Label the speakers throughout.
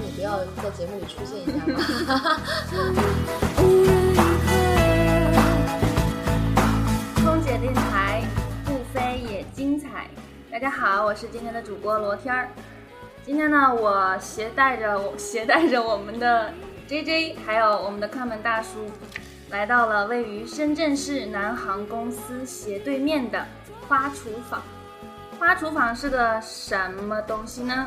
Speaker 1: 在节目里出现一下 吗？
Speaker 2: 空姐电台，不飞也精彩。大家好，我是今天的主播罗天儿。今天呢，我携带着我携带着我们的 J J，还有我们的看门大叔，来到了位于深圳市南航公司斜对面的花厨房。花厨房是个什么东西呢？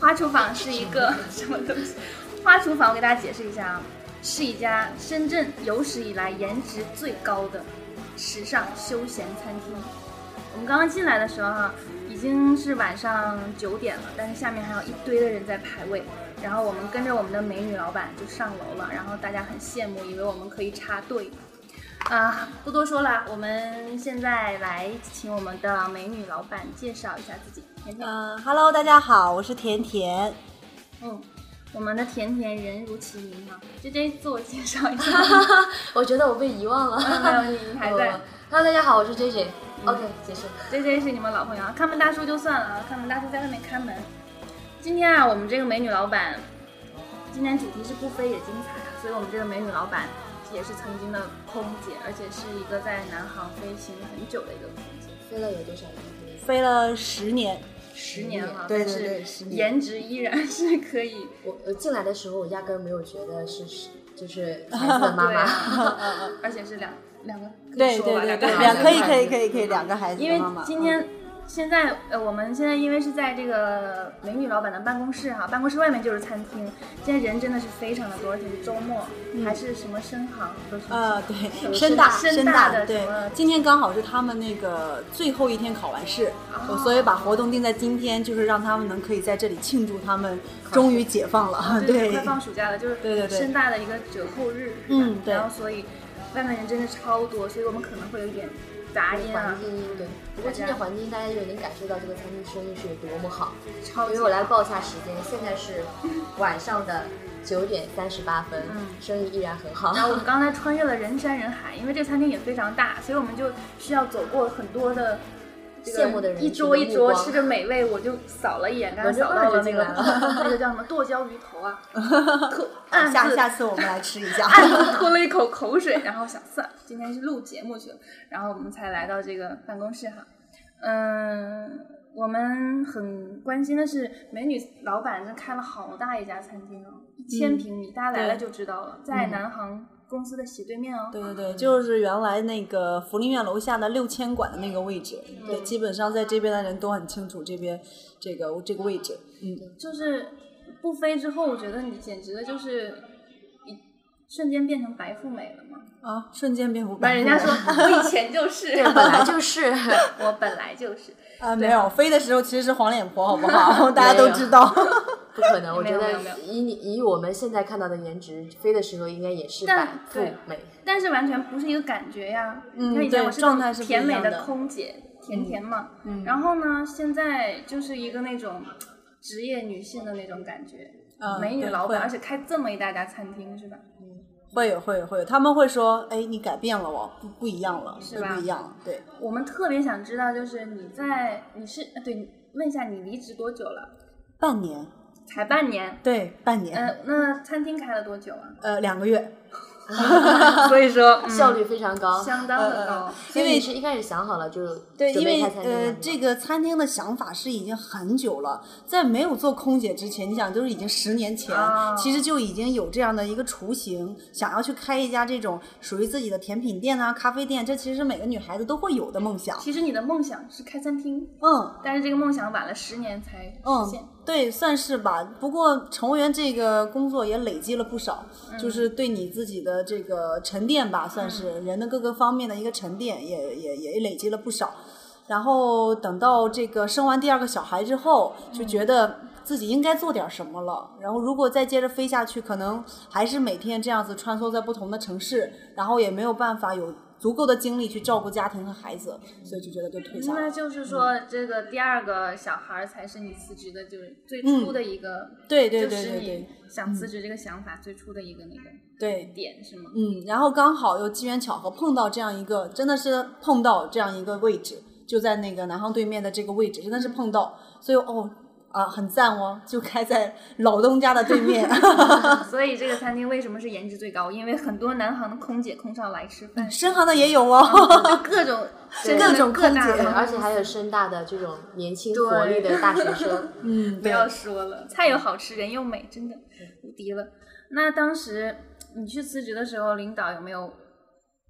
Speaker 2: 花厨房是一个 什么东西？花厨房我给大家解释一下啊，是一家深圳有史以来颜值最高的时尚休闲餐厅。我们刚刚进来的时候哈、啊已经是晚上九点了，但是下面还有一堆的人在排位。然后我们跟着我们的美女老板就上楼了，然后大家很羡慕，以为我们可以插队。啊，不多说了，我们现在来请我们的美女老板介绍一下自己。甜甜，
Speaker 3: 嗯哈喽，大家好，我是甜甜。
Speaker 2: 嗯，我们的甜甜人如其名啊，J J 自我介绍一下。
Speaker 1: 我觉得我被遗忘了。
Speaker 2: 没有你，你还在。
Speaker 1: Hello，大家好，我是 J J。OK，结束。
Speaker 2: J J 是你们老朋友啊，看门大叔就算了啊，看门大叔在外面看门。今天啊，我们这个美女老板，今天主题是不飞也精彩啊，所以我们这个美女老板也是曾经的空姐，而且是一个在南航飞行很久的一个空姐，
Speaker 1: 飞了有多少年？
Speaker 3: 飞了十年，
Speaker 2: 十年了，
Speaker 3: 对
Speaker 2: 但
Speaker 3: 对对
Speaker 2: 是
Speaker 3: 十年
Speaker 2: 颜值依然是可以。
Speaker 1: 我我进来的时候，我压根儿没有觉得是是 就是孩子的妈妈。
Speaker 2: 啊，而且是两两个，可以
Speaker 3: 对
Speaker 2: 说
Speaker 3: 对
Speaker 2: 吧
Speaker 3: 对
Speaker 2: 两个孩
Speaker 3: 对，
Speaker 2: 子
Speaker 3: 两
Speaker 1: 个
Speaker 3: 可以可以可以可以，两个孩子
Speaker 2: 因
Speaker 3: 的
Speaker 2: 为
Speaker 3: 妈妈。嗯
Speaker 2: 今天现在呃，我们现在因为是在这个美女老板的办公室哈，办公室外面就是餐厅，现在人真的是非常的多，而且是周末，还是什么深航都是
Speaker 3: 嗯呃，
Speaker 2: 什么
Speaker 3: 对，深大
Speaker 2: 深
Speaker 3: 大
Speaker 2: 的
Speaker 3: 对
Speaker 2: 什么，
Speaker 3: 今天刚好是他们那个最后一天考完试，
Speaker 2: 啊
Speaker 3: 我所以把活动定在今天，就是让他们能可以在这里庆祝他们终于解放了。
Speaker 2: 啊对，
Speaker 3: 对，
Speaker 2: 快放暑假了，就是
Speaker 3: 对对对
Speaker 2: 深大的一个折扣日，
Speaker 3: 嗯
Speaker 2: 是吧
Speaker 3: 对
Speaker 2: 然后所以外面人真的超多，所以我们可能会有一点杂音啊
Speaker 1: 环，境音对，不过听着环境音，大家就能感受到这个餐厅生意是有多么好。
Speaker 2: 超
Speaker 1: 因
Speaker 2: 级
Speaker 1: 为我来报一下时间，现在是晚上的九点三十八分，
Speaker 2: 嗯
Speaker 1: 生意依然很好。
Speaker 2: 然后我们刚才穿越了人山人海，因为这个餐厅也非常大，所以我们就需要走过很多的这个
Speaker 1: 羡慕的人
Speaker 2: 一桌一
Speaker 1: 群的目
Speaker 2: 桌
Speaker 1: 光
Speaker 2: 吃着美味，我就扫了一眼，刚才
Speaker 1: 闻着
Speaker 2: 扫
Speaker 1: 味儿
Speaker 2: 到了
Speaker 1: 就
Speaker 2: 那
Speaker 1: 进
Speaker 2: 个
Speaker 1: 来
Speaker 2: 那个叫什么剁椒鱼头啊，吞暗
Speaker 3: 下
Speaker 2: 自
Speaker 3: 下次我们来吃一下。
Speaker 2: 暗自吞了一口口水，然后想算了今天是录节目去了，然后我们才来到这个办公室哈，嗯。我们很关心的是，美女老板这开了好大一家餐厅哦，一
Speaker 1: 嗯
Speaker 2: 千平米，大家来了就知道了，在南航公司的斜对面哦。
Speaker 3: 对对对，就是原来那个福利院楼下的六千馆的那个位置，
Speaker 2: 嗯
Speaker 3: 对，基本上在这边的人都很清楚这边这个这个位置。嗯，
Speaker 2: 就是不飞之后，我觉得你简直的就是一瞬间变成白富美了嘛。
Speaker 3: 啊，瞬间变五
Speaker 2: 不然人 家说我以前就是，
Speaker 1: 本来就是，
Speaker 2: 我本来就是。
Speaker 3: 啊，没有飞的时候其实是黄脸婆，好不好？ 大家都 知道。
Speaker 1: 不可能。我
Speaker 2: 没
Speaker 1: 觉
Speaker 2: 有
Speaker 1: 得
Speaker 2: 没有没
Speaker 1: 以你以我们现在看到的颜值，飞的时候应该也是
Speaker 2: 但
Speaker 1: 白富
Speaker 2: 对
Speaker 1: 美。
Speaker 2: 但是完全不是一个感觉呀。
Speaker 3: 嗯
Speaker 2: 你看以前我
Speaker 3: 对状态是不一
Speaker 2: 甜
Speaker 3: 样的
Speaker 2: 美的空姐，甜甜嘛。
Speaker 3: 嗯
Speaker 2: 然后呢，现在就是一个那种职业女性的那种感觉，
Speaker 3: 嗯
Speaker 2: 美女
Speaker 3: 对
Speaker 2: 老板，
Speaker 3: 会
Speaker 2: 而且开这么一大家餐厅是吧？
Speaker 3: 会有会有会有，他们会说，哎，你改变了我，不不一样了，
Speaker 2: 是
Speaker 3: 会
Speaker 2: 吧
Speaker 3: 不一样了，对，
Speaker 2: 我们特别想知道，就是你在你是呃对，问一下你离职多久了？
Speaker 3: 半年，
Speaker 2: 才半年。
Speaker 3: 对，半年，
Speaker 2: 呃，那餐厅开了多久啊？
Speaker 3: 呃，两个月，
Speaker 2: 所以说、嗯
Speaker 1: 效率非常高，
Speaker 2: 相当的高。
Speaker 1: 因为你是一开始想好了就
Speaker 3: 对，
Speaker 1: 准
Speaker 3: 因
Speaker 1: 备
Speaker 3: 为
Speaker 1: 开餐厅
Speaker 3: 呃
Speaker 1: 了，
Speaker 3: 这个餐厅的想法是已经很久了，在没有做空姐之前，你想就是已经十年前，
Speaker 2: 啊
Speaker 3: 其实就已经有这样的一个雏形，想要去开一家这种属于自己的甜品店啊、咖啡店，这其实是每个女孩子都会有的梦想。
Speaker 2: 其实你的梦想是开餐厅，
Speaker 3: 嗯，
Speaker 2: 但是这个梦想晚了十年才实现。
Speaker 3: 嗯，对，算是吧。不过乘务员这个工作也累积了不少，
Speaker 2: 嗯
Speaker 3: 就是对你自己的这个沉淀吧，算是人的各个方面的一个沉淀，也也也累积了不少。然后等到这个生完第二个小孩之后，就觉
Speaker 2: 嗯
Speaker 3: 得自己应该做点什么了。然后如果再接着飞下去，可能还是每天这样子穿梭在不同的城市，然后也没有办法有足够的精力去照顾家庭和孩子，所以就觉得就退下
Speaker 2: 那
Speaker 3: 来。
Speaker 2: 就是说，这个第二个小孩儿才是你辞职的，就是最初的一个，
Speaker 3: 嗯对对
Speaker 2: 就
Speaker 3: 对
Speaker 2: 是
Speaker 3: 对
Speaker 2: 你
Speaker 3: 对嗯
Speaker 2: 想辞职这个想法最初的一个那 个
Speaker 3: 对。
Speaker 2: 点是吗？
Speaker 3: 嗯，然后刚好又机缘巧合碰到这样一个，真的是碰到这样一个位置，就在那个南航对面的这个位置，真的是碰到，所以哦，啊，很赞哦，就开在老东家的 对面。
Speaker 2: 所以这个餐厅为什么是颜值最高？因为很多南航的空姐空少来吃饭，
Speaker 3: 深航的也有哦，
Speaker 2: 就各种
Speaker 1: 对
Speaker 2: 深圳
Speaker 3: 嗯 各种
Speaker 2: 各大
Speaker 3: 空姐
Speaker 2: 航空
Speaker 1: 而且还有深大的这种年轻活力的大学生，
Speaker 3: 嗯，
Speaker 2: 不
Speaker 3: 对，
Speaker 2: 要说了，嗯菜又好吃，人又美，真的无敌了。那当时嗯你去辞职的时候，领导有没有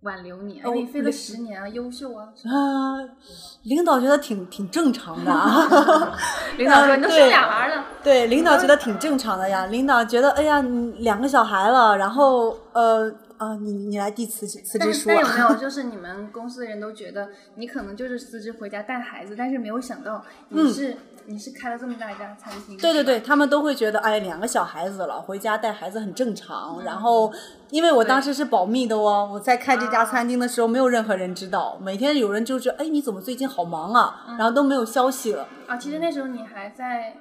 Speaker 2: 挽留你？啊？
Speaker 3: 哦
Speaker 2: 因为你飞了
Speaker 3: 领
Speaker 2: 十年啊，优秀啊！
Speaker 3: 啊，领导觉得挺挺正常 的啊。
Speaker 2: 领导说你都生
Speaker 3: 对
Speaker 2: 俩娃了，
Speaker 3: 对，领导觉得挺正常的呀。领导觉得，哎呀，你两个小孩了，然后呃啊，你你来递辞职辞
Speaker 2: 但
Speaker 3: 职
Speaker 2: 是
Speaker 3: 书
Speaker 2: 但有
Speaker 3: 啊。
Speaker 2: 没有就是你们公司的人都觉得你可能就是辞职回家带孩子，但是没有想到你是、你是开了这么大一家餐厅，
Speaker 3: 对
Speaker 2: 是
Speaker 3: 对
Speaker 2: 吧
Speaker 3: 对，他们都会觉得，哎，两个小孩子了，回家带孩子很正
Speaker 2: 嗯
Speaker 3: 常。然后，因为我当时是保密的哦，我在开这
Speaker 2: 啊
Speaker 3: 家餐厅的时候，没有任何人知道。每天有人就说，哎，你怎么最近好忙啊？
Speaker 2: 嗯
Speaker 3: 然后都没有消息了。
Speaker 2: 啊，其实那时候你还在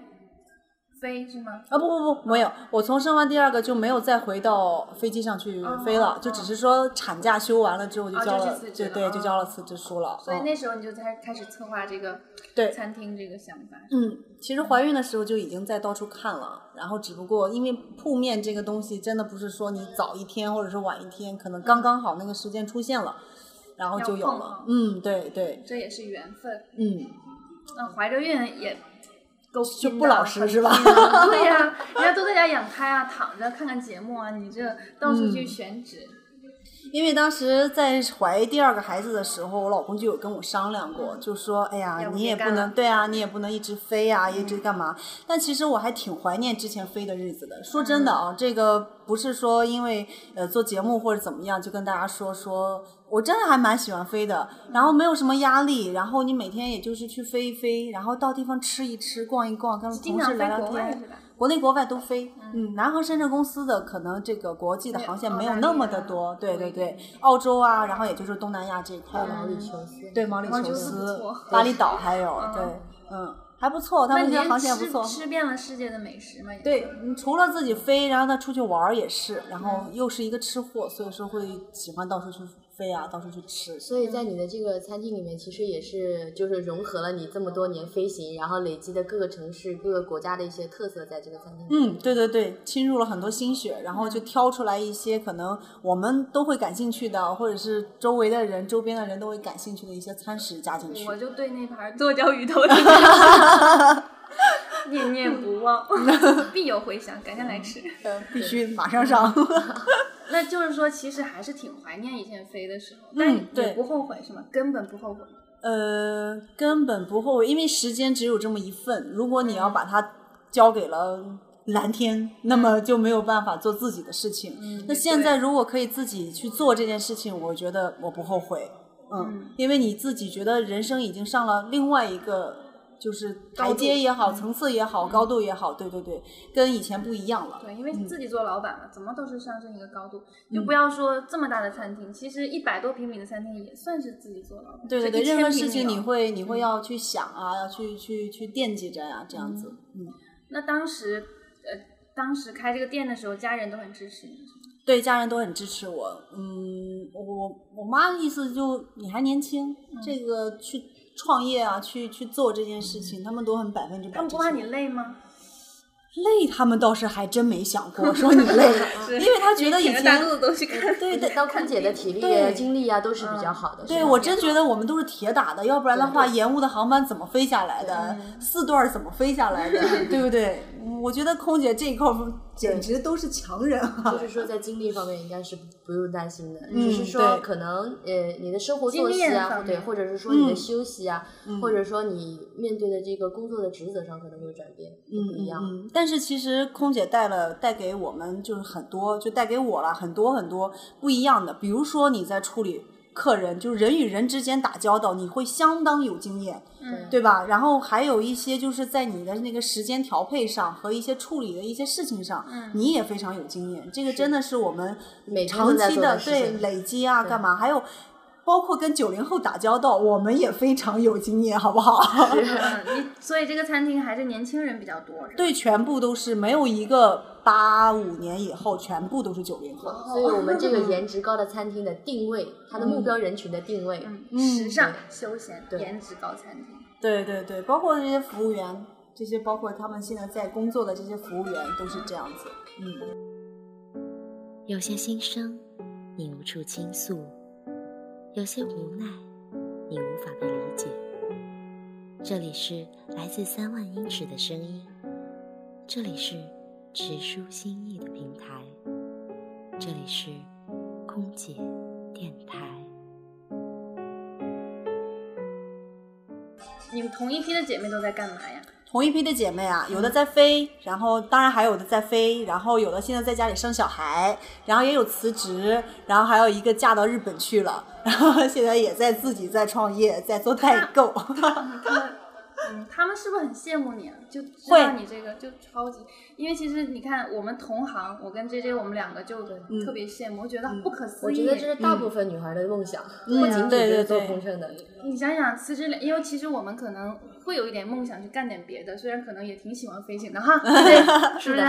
Speaker 2: 飞是吗？
Speaker 3: 啊不不不，
Speaker 2: 嗯
Speaker 3: 没有，我从生完第二个就没有再回到飞机上去飞了，
Speaker 2: 哦
Speaker 3: 就只是说产假休完了之后就
Speaker 2: 哦
Speaker 3: 交
Speaker 2: 就去
Speaker 3: 了，
Speaker 2: 辞职
Speaker 3: 就
Speaker 2: 了
Speaker 3: 对，就
Speaker 2: 哦
Speaker 3: 交了辞职书了。
Speaker 2: 所以
Speaker 3: 嗯
Speaker 2: 那时候你就开开始策划这个
Speaker 3: 对
Speaker 2: 餐厅这个想法，
Speaker 3: 嗯，其实怀孕的时候就已经在到处看了，然后只不过因为铺面这个东西真的不是说你早一天或者是晚一天，可能刚刚好那个时间出现了，然后
Speaker 2: 要
Speaker 3: 就有
Speaker 2: 碰
Speaker 3: 了
Speaker 2: 好。
Speaker 3: 嗯，对对，
Speaker 2: 这也是缘分。
Speaker 3: 嗯，
Speaker 2: 那呃怀着孕也够
Speaker 3: 就
Speaker 2: 拼的
Speaker 3: 不老实
Speaker 2: 很
Speaker 3: 是吧
Speaker 2: 拼 的对呀、人家都在家养胎啊，躺着看看节目啊，你这到处去
Speaker 3: 嗯
Speaker 2: 选址，
Speaker 3: 因为当时在怀第二个孩子的时候，我老公就有跟我商量过，就说：“哎呀
Speaker 2: 嗯要，不
Speaker 3: 你也
Speaker 2: 别
Speaker 3: 不
Speaker 2: 干了
Speaker 3: 能
Speaker 2: 嗯
Speaker 3: 对啊，你也不能一直飞啊，一直干嘛？”但其实我还挺怀念之前飞的日子的。说真的
Speaker 2: 嗯
Speaker 3: 啊，这个不是说因为呃做节目或者怎么样，就跟大家说说，我真的还蛮喜欢飞的。
Speaker 2: 嗯
Speaker 3: 然后没有什么压力，然后你每天也就是去飞一飞，然后到地方吃一吃，逛一逛，跟
Speaker 2: 经
Speaker 3: 同
Speaker 2: 常
Speaker 3: 事
Speaker 2: 飞
Speaker 3: 聊聊
Speaker 2: 国外
Speaker 3: 天
Speaker 2: 是。吧？
Speaker 3: 国内国外都飞，嗯，南航深圳公司的可能这个国际的航线没有那么的多，
Speaker 2: 嗯对
Speaker 3: 对
Speaker 2: 澳大利
Speaker 3: 对
Speaker 2: 亚
Speaker 3: 对，澳洲啊，然后也就是东南亚这一块了，
Speaker 1: 毛里求斯，
Speaker 3: 对，毛里
Speaker 2: 毛里
Speaker 3: 求
Speaker 2: 求斯不
Speaker 3: 斯
Speaker 2: 错、
Speaker 3: 巴厘岛还有，
Speaker 2: 嗯
Speaker 3: 对，嗯，还不错，他
Speaker 2: 那
Speaker 3: 们
Speaker 2: 你
Speaker 3: 这
Speaker 2: 也
Speaker 3: 航线不
Speaker 2: 吃
Speaker 3: 错。
Speaker 2: 吃遍了世界的美食嘛？也
Speaker 3: 对
Speaker 2: 是，
Speaker 3: 嗯除了自己飞，然后再出去玩儿也是，然后
Speaker 2: 嗯
Speaker 3: 又是一个吃货，所以说会喜欢到处去飞啊，到处去吃。
Speaker 1: 所以在你的这个餐厅里面，其实也是就是融合了你这么多年飞行，然后累积的各个城市、各个国家的一些特色，在这个餐厅里。
Speaker 3: 嗯， 对对对，侵入了很多心血，然后就挑出来一些可能我们都会感兴趣的，或者是周围的人、周边的人都会感兴趣的一些餐食加进去
Speaker 2: 我。就对那盘剁椒鱼头。 念念不忘，必有回响，赶紧来吃。
Speaker 3: 呃，必须马上上。
Speaker 2: 那就是说，其实还是挺怀念以前飞的时候，但
Speaker 3: 嗯
Speaker 2: 也
Speaker 3: 对
Speaker 2: 不后悔是吗？根本不后悔。
Speaker 3: 呃，根本不后悔，因为时间只有这么一份，如果你要把它交给了。蓝天，那么就没有办法做自己的事情。那现在如果可以自己去做这件事情，我觉得我不后悔。嗯，因为你自己觉得人生已经上了另外一个，就是台阶也
Speaker 2: 嗯
Speaker 3: 好，层次也好，高度也好，对对对，跟以前不一样了。
Speaker 2: 对，因为自己做老板嘛，怎么都是上升一个高度。就
Speaker 3: 嗯
Speaker 2: 不要说这么大的餐厅，其实一百多平米的餐厅也算是自己做老板。
Speaker 3: 对对
Speaker 2: 就
Speaker 3: 对，
Speaker 2: 1000
Speaker 3: 任何
Speaker 2: 平
Speaker 3: 事
Speaker 2: 米
Speaker 3: 情你
Speaker 2: 哦
Speaker 3: 会你会要去想啊，要去去去惦记着呀、这样子。嗯，
Speaker 2: 那当时，呃，当时开这个店的时候，家人都很支持你。
Speaker 3: 对，家人都很支持我。嗯，我我妈的意思就你还年轻，
Speaker 2: 嗯
Speaker 3: 这个去创业啊，去去做这件事情，他们都很百分之
Speaker 2: 嗯
Speaker 3: 百
Speaker 2: 他
Speaker 3: 支
Speaker 2: 们
Speaker 3: 持
Speaker 2: 不
Speaker 3: 我。
Speaker 2: 怕你累吗？
Speaker 3: 累，他们倒是还真没 想过说你累， 因为他觉得以
Speaker 2: 挺着大
Speaker 3: 前
Speaker 2: 肚子都去看。
Speaker 3: 对对。
Speaker 1: 当空姐的体力、
Speaker 3: 对
Speaker 1: 精力啊，都是比较好的。
Speaker 3: 对，
Speaker 1: 是吧
Speaker 3: 我真觉得我们都是铁打的，要不然的话，延误的航班怎么飞下来的？四段儿怎么飞下来 的？对不对？我觉得空姐这一块儿简直都是强人啊！
Speaker 1: 就是说，在精力方面应该是不用担心的，
Speaker 3: 嗯
Speaker 1: 只是说
Speaker 3: 对
Speaker 1: 可能呃你的生活作息
Speaker 2: 精力方
Speaker 1: 啊，
Speaker 2: 面
Speaker 1: 对，或者是说你的休息啊，
Speaker 3: 嗯
Speaker 1: 或者说你面对的这个工作的职责上可能有转变，
Speaker 3: 嗯
Speaker 1: 不一样。
Speaker 3: 嗯嗯。 但是其实空姐带了带给我们就是很多，就带给我了很多很多不一样的。比如说你在处理客人，就是人与人之间打交道，你会相当有经验，
Speaker 2: 嗯，
Speaker 3: 对吧？然后还有一些就是在你的那个时间调配上和一些处理的一些事情上，
Speaker 2: 嗯
Speaker 3: 你也非常有经验。这个真的是我们
Speaker 1: 每天都
Speaker 3: 长
Speaker 1: 在
Speaker 3: 期
Speaker 1: 做
Speaker 3: 的
Speaker 1: 事
Speaker 3: 对
Speaker 1: 情，
Speaker 3: 累积啊，干嘛还有。包括跟九零后打交道，我们也非常有经验，好不好？
Speaker 2: 嗯，你所以这个餐厅还是年轻人比较多，是吧？
Speaker 3: 对，全部都是没有一个八五年以后，全部都是九零后。
Speaker 1: 所以我们这
Speaker 3: 哦
Speaker 1: 个颜值高的餐厅的定位，它的目标人群的定位，
Speaker 2: 嗯，
Speaker 3: 嗯
Speaker 2: 时尚、休闲、
Speaker 1: 对
Speaker 2: 颜值高餐厅。
Speaker 3: 对对对，包括这些服务员，这些包括他们现在在工作的这些服务员都是这样子。嗯，
Speaker 4: 有些心声你无处倾诉，有些无奈你无法被理解。这里是来自三万英尺的声音，这里是直抒心意的平台，这里是空姐电台。
Speaker 2: 你们同一批的姐妹都在干嘛呀？
Speaker 3: 同一批的姐妹啊，有的在飞，然后当然还有的在飞，然后有的现在在家里生小孩，然后也有辞职，然后还有一个嫁到日本去了， 然后现在也在自己在创业，在做代购。
Speaker 2: 他们，嗯，他们是不是很羡慕你啊？就知道
Speaker 3: 会
Speaker 2: 你这个就超级，因为其实你看我们同行，我跟 J J 我们两个就特别羡慕，我觉得不可
Speaker 1: 嗯
Speaker 2: 思
Speaker 1: 我
Speaker 2: 议。
Speaker 1: 觉得这是大部分女孩的梦想，
Speaker 3: 嗯
Speaker 1: 不仅仅
Speaker 3: 对
Speaker 1: 是
Speaker 3: 对
Speaker 1: 做
Speaker 3: 对
Speaker 1: 空乘的。
Speaker 2: 你想想，辞职了，因为其实我们可能会有一点梦想去干点别的，虽然可能也挺喜欢飞行 的哈，对，是不是？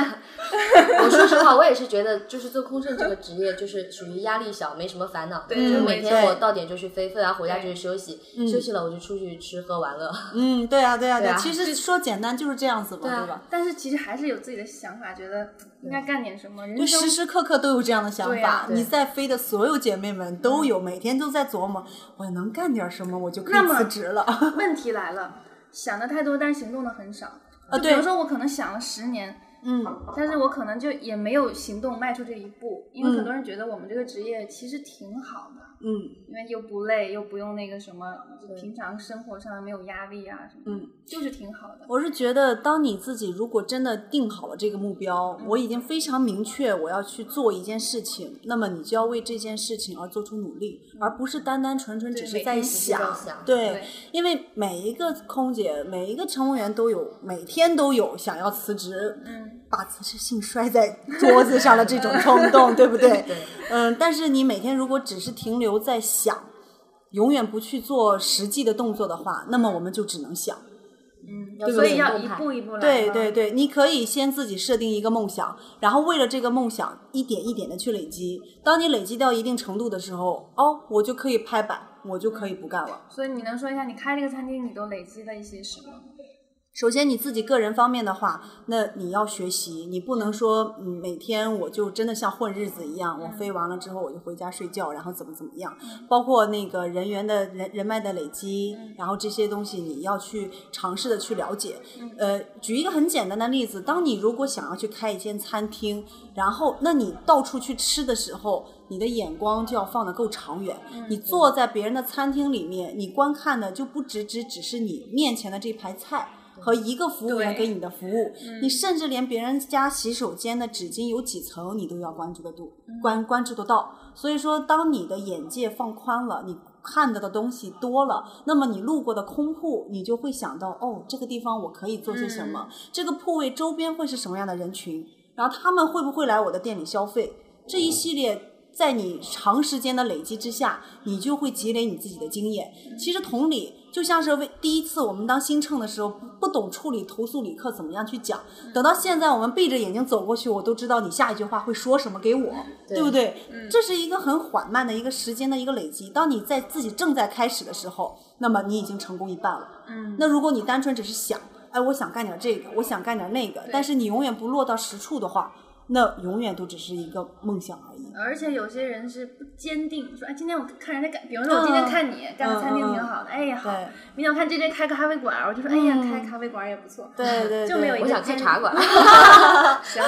Speaker 1: 我说实话，我也是觉得，就是做空乘这个职业，就是属于压力小，没什么烦恼。
Speaker 2: 对
Speaker 1: 就是每天
Speaker 3: 对
Speaker 1: 我到点就去飞，飞完回家就去休息，
Speaker 3: 嗯
Speaker 1: 休息了我就出去吃喝玩乐。
Speaker 3: 嗯，对啊，对啊，
Speaker 1: 对啊
Speaker 3: 其实说简单就是这样子嘛，
Speaker 1: 对啊
Speaker 3: 对吧？
Speaker 2: 但是其实还是有自己的想法，觉得应该干点什么。人
Speaker 3: 就
Speaker 2: 生
Speaker 3: 时时刻刻都有这样的想
Speaker 2: 对
Speaker 3: 法，
Speaker 2: 啊
Speaker 1: 对
Speaker 3: 你在飞的所有姐妹们都有，每天都在琢磨，我能干点什么，我就可
Speaker 2: 那
Speaker 3: 以
Speaker 2: 么
Speaker 3: 辞职了。
Speaker 2: 问题来了，想的太多，但行动的很少。
Speaker 3: 啊
Speaker 2: 就比如
Speaker 3: 对
Speaker 2: 说我可能想了十年，
Speaker 3: 嗯，
Speaker 2: 但是我可能就也没有行动迈出这一步，因为
Speaker 3: 嗯
Speaker 2: 很多人觉得我们这个职业其实挺好的，
Speaker 3: 嗯
Speaker 2: 因为又不累，又不用那个什么，就
Speaker 1: 对
Speaker 2: 平常生活上没有压力啊什么的，
Speaker 3: 嗯，
Speaker 2: 就是挺好的。
Speaker 3: 我是觉得，当你自己如果真的定好了这个目标，我已经非常明确我要去做一件事情，那么你就要为这件事情而做出努力，而不是单单纯纯只是
Speaker 2: 对
Speaker 3: 在
Speaker 2: 每
Speaker 1: 只
Speaker 2: 天
Speaker 1: 是在
Speaker 3: 想。
Speaker 1: 想
Speaker 3: 对，因为每一个空姐、每一个乘务员都有，每天都有想要辞职，
Speaker 2: 嗯，
Speaker 3: 把辞职信摔在桌子上的这种冲动，对不对？
Speaker 1: 对，
Speaker 3: 嗯，但是你每天如果只是停留在想，永远不去做实际的动作的话，那么我们就只能想。
Speaker 2: 嗯，
Speaker 1: 要
Speaker 2: 所以
Speaker 1: 行
Speaker 2: 要
Speaker 1: 动
Speaker 2: 一
Speaker 1: 派
Speaker 2: 步一步来。
Speaker 3: 对对，对，你可以先自己设定一个梦想，然后为了这个梦想一点一点的去累积。当你累积到一定程度的时候，哦，我就可以拍板，我就可以不干了。
Speaker 2: 所以你能说一下你开这个餐厅，你都累积了一些什么？
Speaker 3: 首先你自己个人方面的话，那你要学习，你不能说嗯每天我就真的像混日子一样，我飞完了之后我就回家睡觉，然后怎么怎么样。包括那个人员的人人脉的累积，然后这些东西你要去尝试的去了解。呃，举一个很简单的例子，当你如果想要去开一间餐厅，然后那你到处去吃的时候，你的眼光就要放得够长远。
Speaker 2: 嗯
Speaker 3: 你坐在别人的餐厅里面，你观看的就不只只只是你面前的这盘菜。和一个服务员
Speaker 2: 对
Speaker 3: 给你的服务，你甚至连别人家洗手间的纸巾有几层，你都要关注得度关关注得到。所以说，当你的眼界放宽了，你看到的东西多了，那么你路过的空铺，你就会想到，哦，这个地方我可以做些什么，这个铺位周边会是什么样的人群，然后他们会不会来我的店里消费，这一系列。在你长时间的累积之下，你就会积累你自己的经验。其实同理，就像是为第一次我们当新乘的时候，不不懂处理投诉旅客怎么样去讲，等到现在我们闭着眼睛走过去，我都知道你下一句话会说什么给我，对不对？
Speaker 2: 嗯
Speaker 3: 这是一个很缓慢的一个时间的一个累积。当你在自己正在开始的时候，那么你已经成功一半了。
Speaker 2: 嗯，
Speaker 3: 那如果你单纯只是想，哎，我想干点这个，我想干点那个，但是你永远不落到实处的话，那永远都只是一个梦想而已。
Speaker 2: 而且有些人是不坚定，说哎，今天我看人家干，比如说我今天
Speaker 3: 嗯
Speaker 2: 看你干的餐厅
Speaker 3: 嗯嗯
Speaker 2: 挺好的，哎 呀好，
Speaker 3: 对
Speaker 2: 明天我看 J J 开个咖啡馆儿，我就说哎呀，
Speaker 3: 嗯
Speaker 2: 开咖啡馆儿也不错。
Speaker 3: 对 对，
Speaker 2: 就没有一
Speaker 3: 对
Speaker 1: 我
Speaker 2: 个
Speaker 1: 想开
Speaker 2: 坚
Speaker 1: 茶馆。
Speaker 2: 行，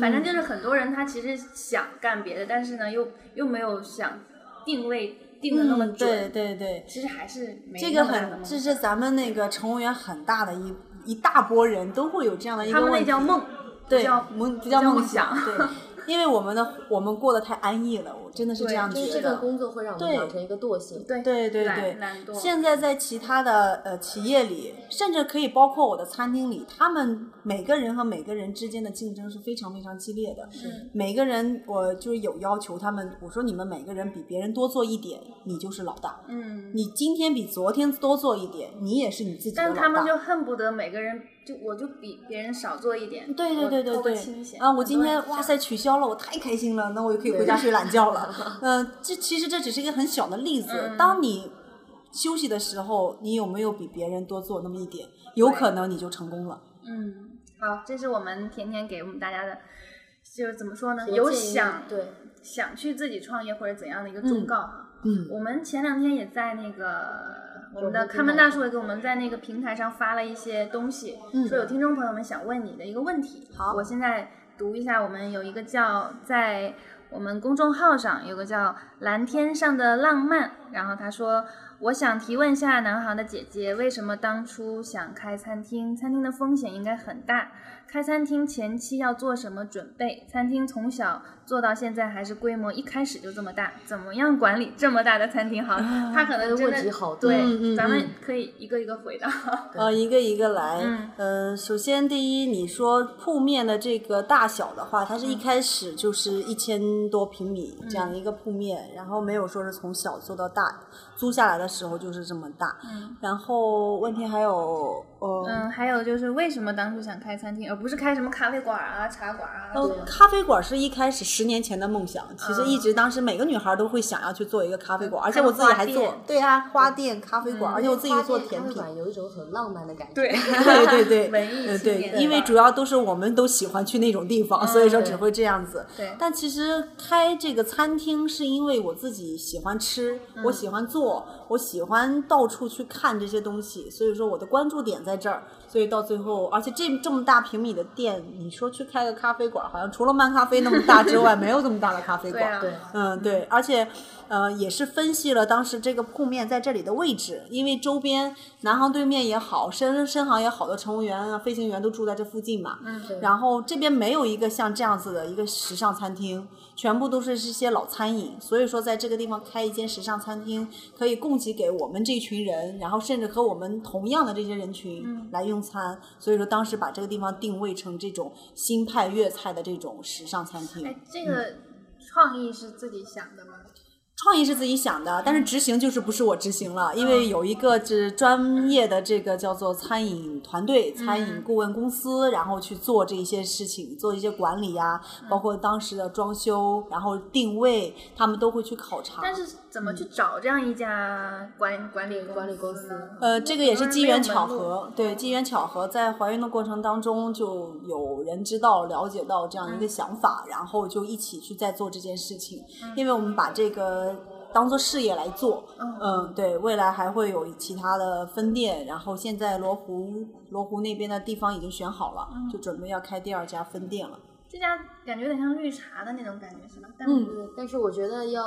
Speaker 2: 反
Speaker 3: 嗯
Speaker 2: 正就是很多人他其实想干别的，但是呢又又没有想定位定的那么
Speaker 3: 嗯，
Speaker 2: 准，
Speaker 3: 对对对，
Speaker 2: 其实还是没
Speaker 3: 这
Speaker 2: 那
Speaker 3: 个
Speaker 2: 么大的
Speaker 3: 很，
Speaker 2: 梦
Speaker 3: 这是咱们那个乘务员很大的一一大波人都会有这样的一
Speaker 2: 他
Speaker 3: 个
Speaker 2: 们那
Speaker 3: 问题
Speaker 2: 叫，梦，
Speaker 3: 对，
Speaker 2: 叫
Speaker 3: 梦不
Speaker 2: 不
Speaker 3: 叫
Speaker 2: 叫
Speaker 3: 梦
Speaker 2: 梦想
Speaker 3: 对，因为我们的我们过得太安逸了，我真的是这
Speaker 2: 对
Speaker 3: 样
Speaker 1: 就
Speaker 3: 觉
Speaker 1: 是
Speaker 3: 得。
Speaker 1: 这份工作会让我们
Speaker 3: 对
Speaker 1: 养成一个惰性。
Speaker 2: 对
Speaker 3: 对对对
Speaker 2: 懒懒惰，
Speaker 3: 现在在其他的呃企业里，甚至可以包括我的餐厅里，他们每个人和每个人之间的竞争是非常非常激烈的。
Speaker 2: 是
Speaker 3: 每个人我就是有要求他们，我说你们每个人比别人多做一点，你就是老大。
Speaker 2: 嗯，
Speaker 3: 你今天比昨天多做一点，你也是你自己的
Speaker 2: 但
Speaker 3: 老大。
Speaker 2: 他们就恨不得每个人就我就比别人少做一点，
Speaker 3: 对
Speaker 2: 我
Speaker 3: 对对对
Speaker 2: 偷个清
Speaker 3: 对，
Speaker 2: 闲
Speaker 3: 啊，我今天
Speaker 2: 很多
Speaker 3: 哇
Speaker 2: 人
Speaker 3: 塞取消了，我太开心了，那我就可以回家睡懒 觉了。嗯、这其实这只是一个很小的例子。
Speaker 2: 嗯
Speaker 3: 当你休息的时候，你有没有比别人多做那么一点？有可能你就成功了。
Speaker 2: 嗯，好，这是我们甜甜给我们大家的，就是怎么说呢？
Speaker 1: 提个
Speaker 2: 有
Speaker 1: 建议
Speaker 2: 想
Speaker 1: 对，
Speaker 2: 想去自己创业或者怎样的一个忠告哈。
Speaker 3: 嗯
Speaker 2: 我们前两天也在那个我们
Speaker 1: 我们的
Speaker 2: 的
Speaker 1: 平
Speaker 2: 看门
Speaker 1: 台
Speaker 2: 大叔也给我们在那个平台上发了一些东西，
Speaker 3: 嗯
Speaker 2: 说有听众朋友们想问你的一个问题。
Speaker 3: 好
Speaker 2: 我现在读一下，我们有一个叫在我们公众号上有个叫“蓝天上的浪漫”，然后他说。我想提问一下南航的姐姐，为什么当初想开餐厅？餐厅的风险应该很大，开餐厅前期要做什么准备？餐厅从小做到现在还是规模一开始就这么大，怎么样管理这么大的餐厅？好，他可能
Speaker 1: 这个
Speaker 2: 真
Speaker 1: 问题
Speaker 2: 的
Speaker 1: 好多
Speaker 2: 对，
Speaker 3: 嗯嗯
Speaker 2: 咱们
Speaker 3: 嗯
Speaker 2: 可以一个一个回答。
Speaker 3: 呃，一个一个来。
Speaker 2: 嗯
Speaker 3: 呃，首先第一，你说铺面的这个大小的话，它
Speaker 2: 嗯
Speaker 3: 是一开始就是一千多平米这样的一个铺面，然后没有说是从小做到大，租下来的时候就是这么大。
Speaker 2: 嗯
Speaker 3: 然后问题还有，呃，
Speaker 2: 嗯，还有就是为什么当初想开餐厅，而不是开什么咖啡馆啊、茶馆啊？
Speaker 3: 呃
Speaker 1: 对嗯
Speaker 3: 咖啡馆是一开始十年前的梦想，其实一直当时每个女孩都会想要去做一个咖啡馆，而且我自己还
Speaker 2: 开个花
Speaker 3: 做
Speaker 2: 店，
Speaker 3: 对啊，花店、咖啡馆，
Speaker 2: 嗯
Speaker 3: 而且我自己
Speaker 1: 花
Speaker 3: 做
Speaker 1: 店
Speaker 3: 甜
Speaker 1: 咖啡
Speaker 3: 品。
Speaker 1: 馆有一种很浪漫的感觉。
Speaker 2: 对
Speaker 3: 对对对，
Speaker 2: 文艺
Speaker 3: 呃
Speaker 2: 青
Speaker 3: 对
Speaker 2: 年，
Speaker 3: 因为
Speaker 2: 吧嗯
Speaker 3: 主要都是我们都喜欢去那种地方，所以说只
Speaker 1: 对
Speaker 3: 会这样子。
Speaker 2: 对
Speaker 3: 但其实开这个餐厅是因为我自己喜欢吃，我
Speaker 2: 嗯
Speaker 3: 喜欢做，我喜欢到处去看这些东西，所以说我的关注点在这儿。所以到最后，而且这这么大平米的店，你说去开个咖啡馆，好像除了漫咖啡那么大之外，没有这么大的咖啡
Speaker 2: 对
Speaker 3: 馆。
Speaker 2: 啊，
Speaker 1: 对
Speaker 3: 嗯，对，而且呃也是分析了当时这个铺面在这里的位置，因为周边南航对面也好，深深航也好多乘务员啊、飞行员都住在这附近嘛。
Speaker 2: 嗯
Speaker 1: 对
Speaker 3: 然后这边没有一个像这样子的一个时尚餐厅，全部都是这些老餐饮，所以说在这个地方开一间时尚餐厅，可以供给给我们这群人，然后甚至和我们同样的这些人群来用餐，所以说当时把这个地方定位成这种新派粤菜的这种时尚餐厅。
Speaker 2: 哎，这个创意是自己想的吗？
Speaker 3: 创意是自己想的，
Speaker 2: 嗯
Speaker 3: 但是执行就是不是我执行了，因为有一个是专业的这个叫做餐饮团队、
Speaker 2: 嗯
Speaker 3: 餐饮顾问公司，然后去做这一些事情，做一些管理呀、
Speaker 2: 嗯
Speaker 3: 包括当时的装修，然后定位，他们都会去考察。
Speaker 2: 但是怎么去找这样一家管嗯管理
Speaker 1: 对管理公
Speaker 2: 司呢？
Speaker 3: 呃，这个也是机缘巧
Speaker 2: 因为没有门
Speaker 3: 合，对，机缘巧合，在怀孕的过程当中，就有人知道、了解到这样一个
Speaker 2: 嗯
Speaker 3: 想法，然后就一起去在做这件事情，因为我们把这个当做事业来做，
Speaker 2: 嗯
Speaker 3: 嗯，对，未来还会有其他的分店，然后现在罗湖罗湖那边的地方已经选好了，
Speaker 2: 嗯
Speaker 3: 就准备要开第二家分店了。
Speaker 2: 这家感觉有点像绿茶的那种感觉，是吧？但
Speaker 3: 嗯
Speaker 1: 嗯，但是我觉得要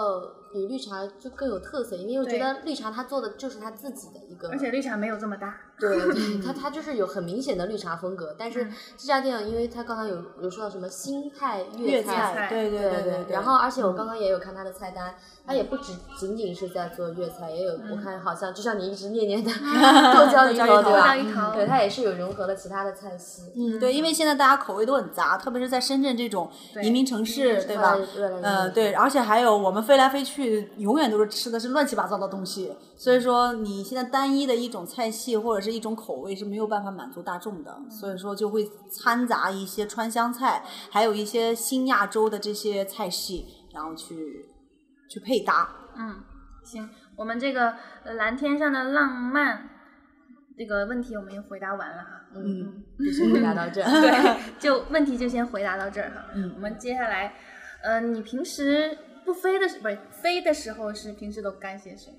Speaker 1: 比绿茶就更有特色，因为我觉
Speaker 2: 对
Speaker 1: 得绿茶它做的就是它自己的一个，
Speaker 2: 而且绿茶没有这么大。
Speaker 1: 对， 对它它就是有很明显的绿茶风格。但是
Speaker 2: 嗯
Speaker 1: 这家店，因为它刚刚有有说到什么新派
Speaker 3: 粤
Speaker 1: 粤
Speaker 2: 菜
Speaker 3: 对对
Speaker 1: 对
Speaker 3: 对嗯
Speaker 1: 对
Speaker 3: 对。
Speaker 1: 然后，而且我刚刚也有看他的菜单，他也不只仅仅是在做粤菜，也有
Speaker 3: 嗯
Speaker 1: 我看好像就像你一直念念的 剁椒鱼
Speaker 3: 椒
Speaker 1: 头，
Speaker 3: 鱼头
Speaker 1: 对吧
Speaker 2: 剁椒鱼头？
Speaker 1: 对，它也是有融合了其他的菜系。
Speaker 3: 嗯，对，因为现在大家口味都很杂，特别是在深圳这种
Speaker 2: 对
Speaker 3: 移民城市，对吧？
Speaker 1: 越来越
Speaker 3: 嗯，对，而且还有我们飞来飞去，永远都是吃的是乱七八糟的东西，所以说你现在单一的一种菜系或者是一种口味是没有办法满足大众的，所以说就会掺杂一些川湘菜，还有一些新亚洲的这些菜系，然后去去配搭。
Speaker 2: 嗯，行，我们这个呃蓝天上的浪漫这个问题我们也回答完了哈。
Speaker 1: 嗯，必须回答到这。
Speaker 2: 对， 就问题就先回答到这儿哈。
Speaker 3: 嗯
Speaker 2: 我们接下来，呃，你平时不飞的时不是飞的时候是平时都干些什么？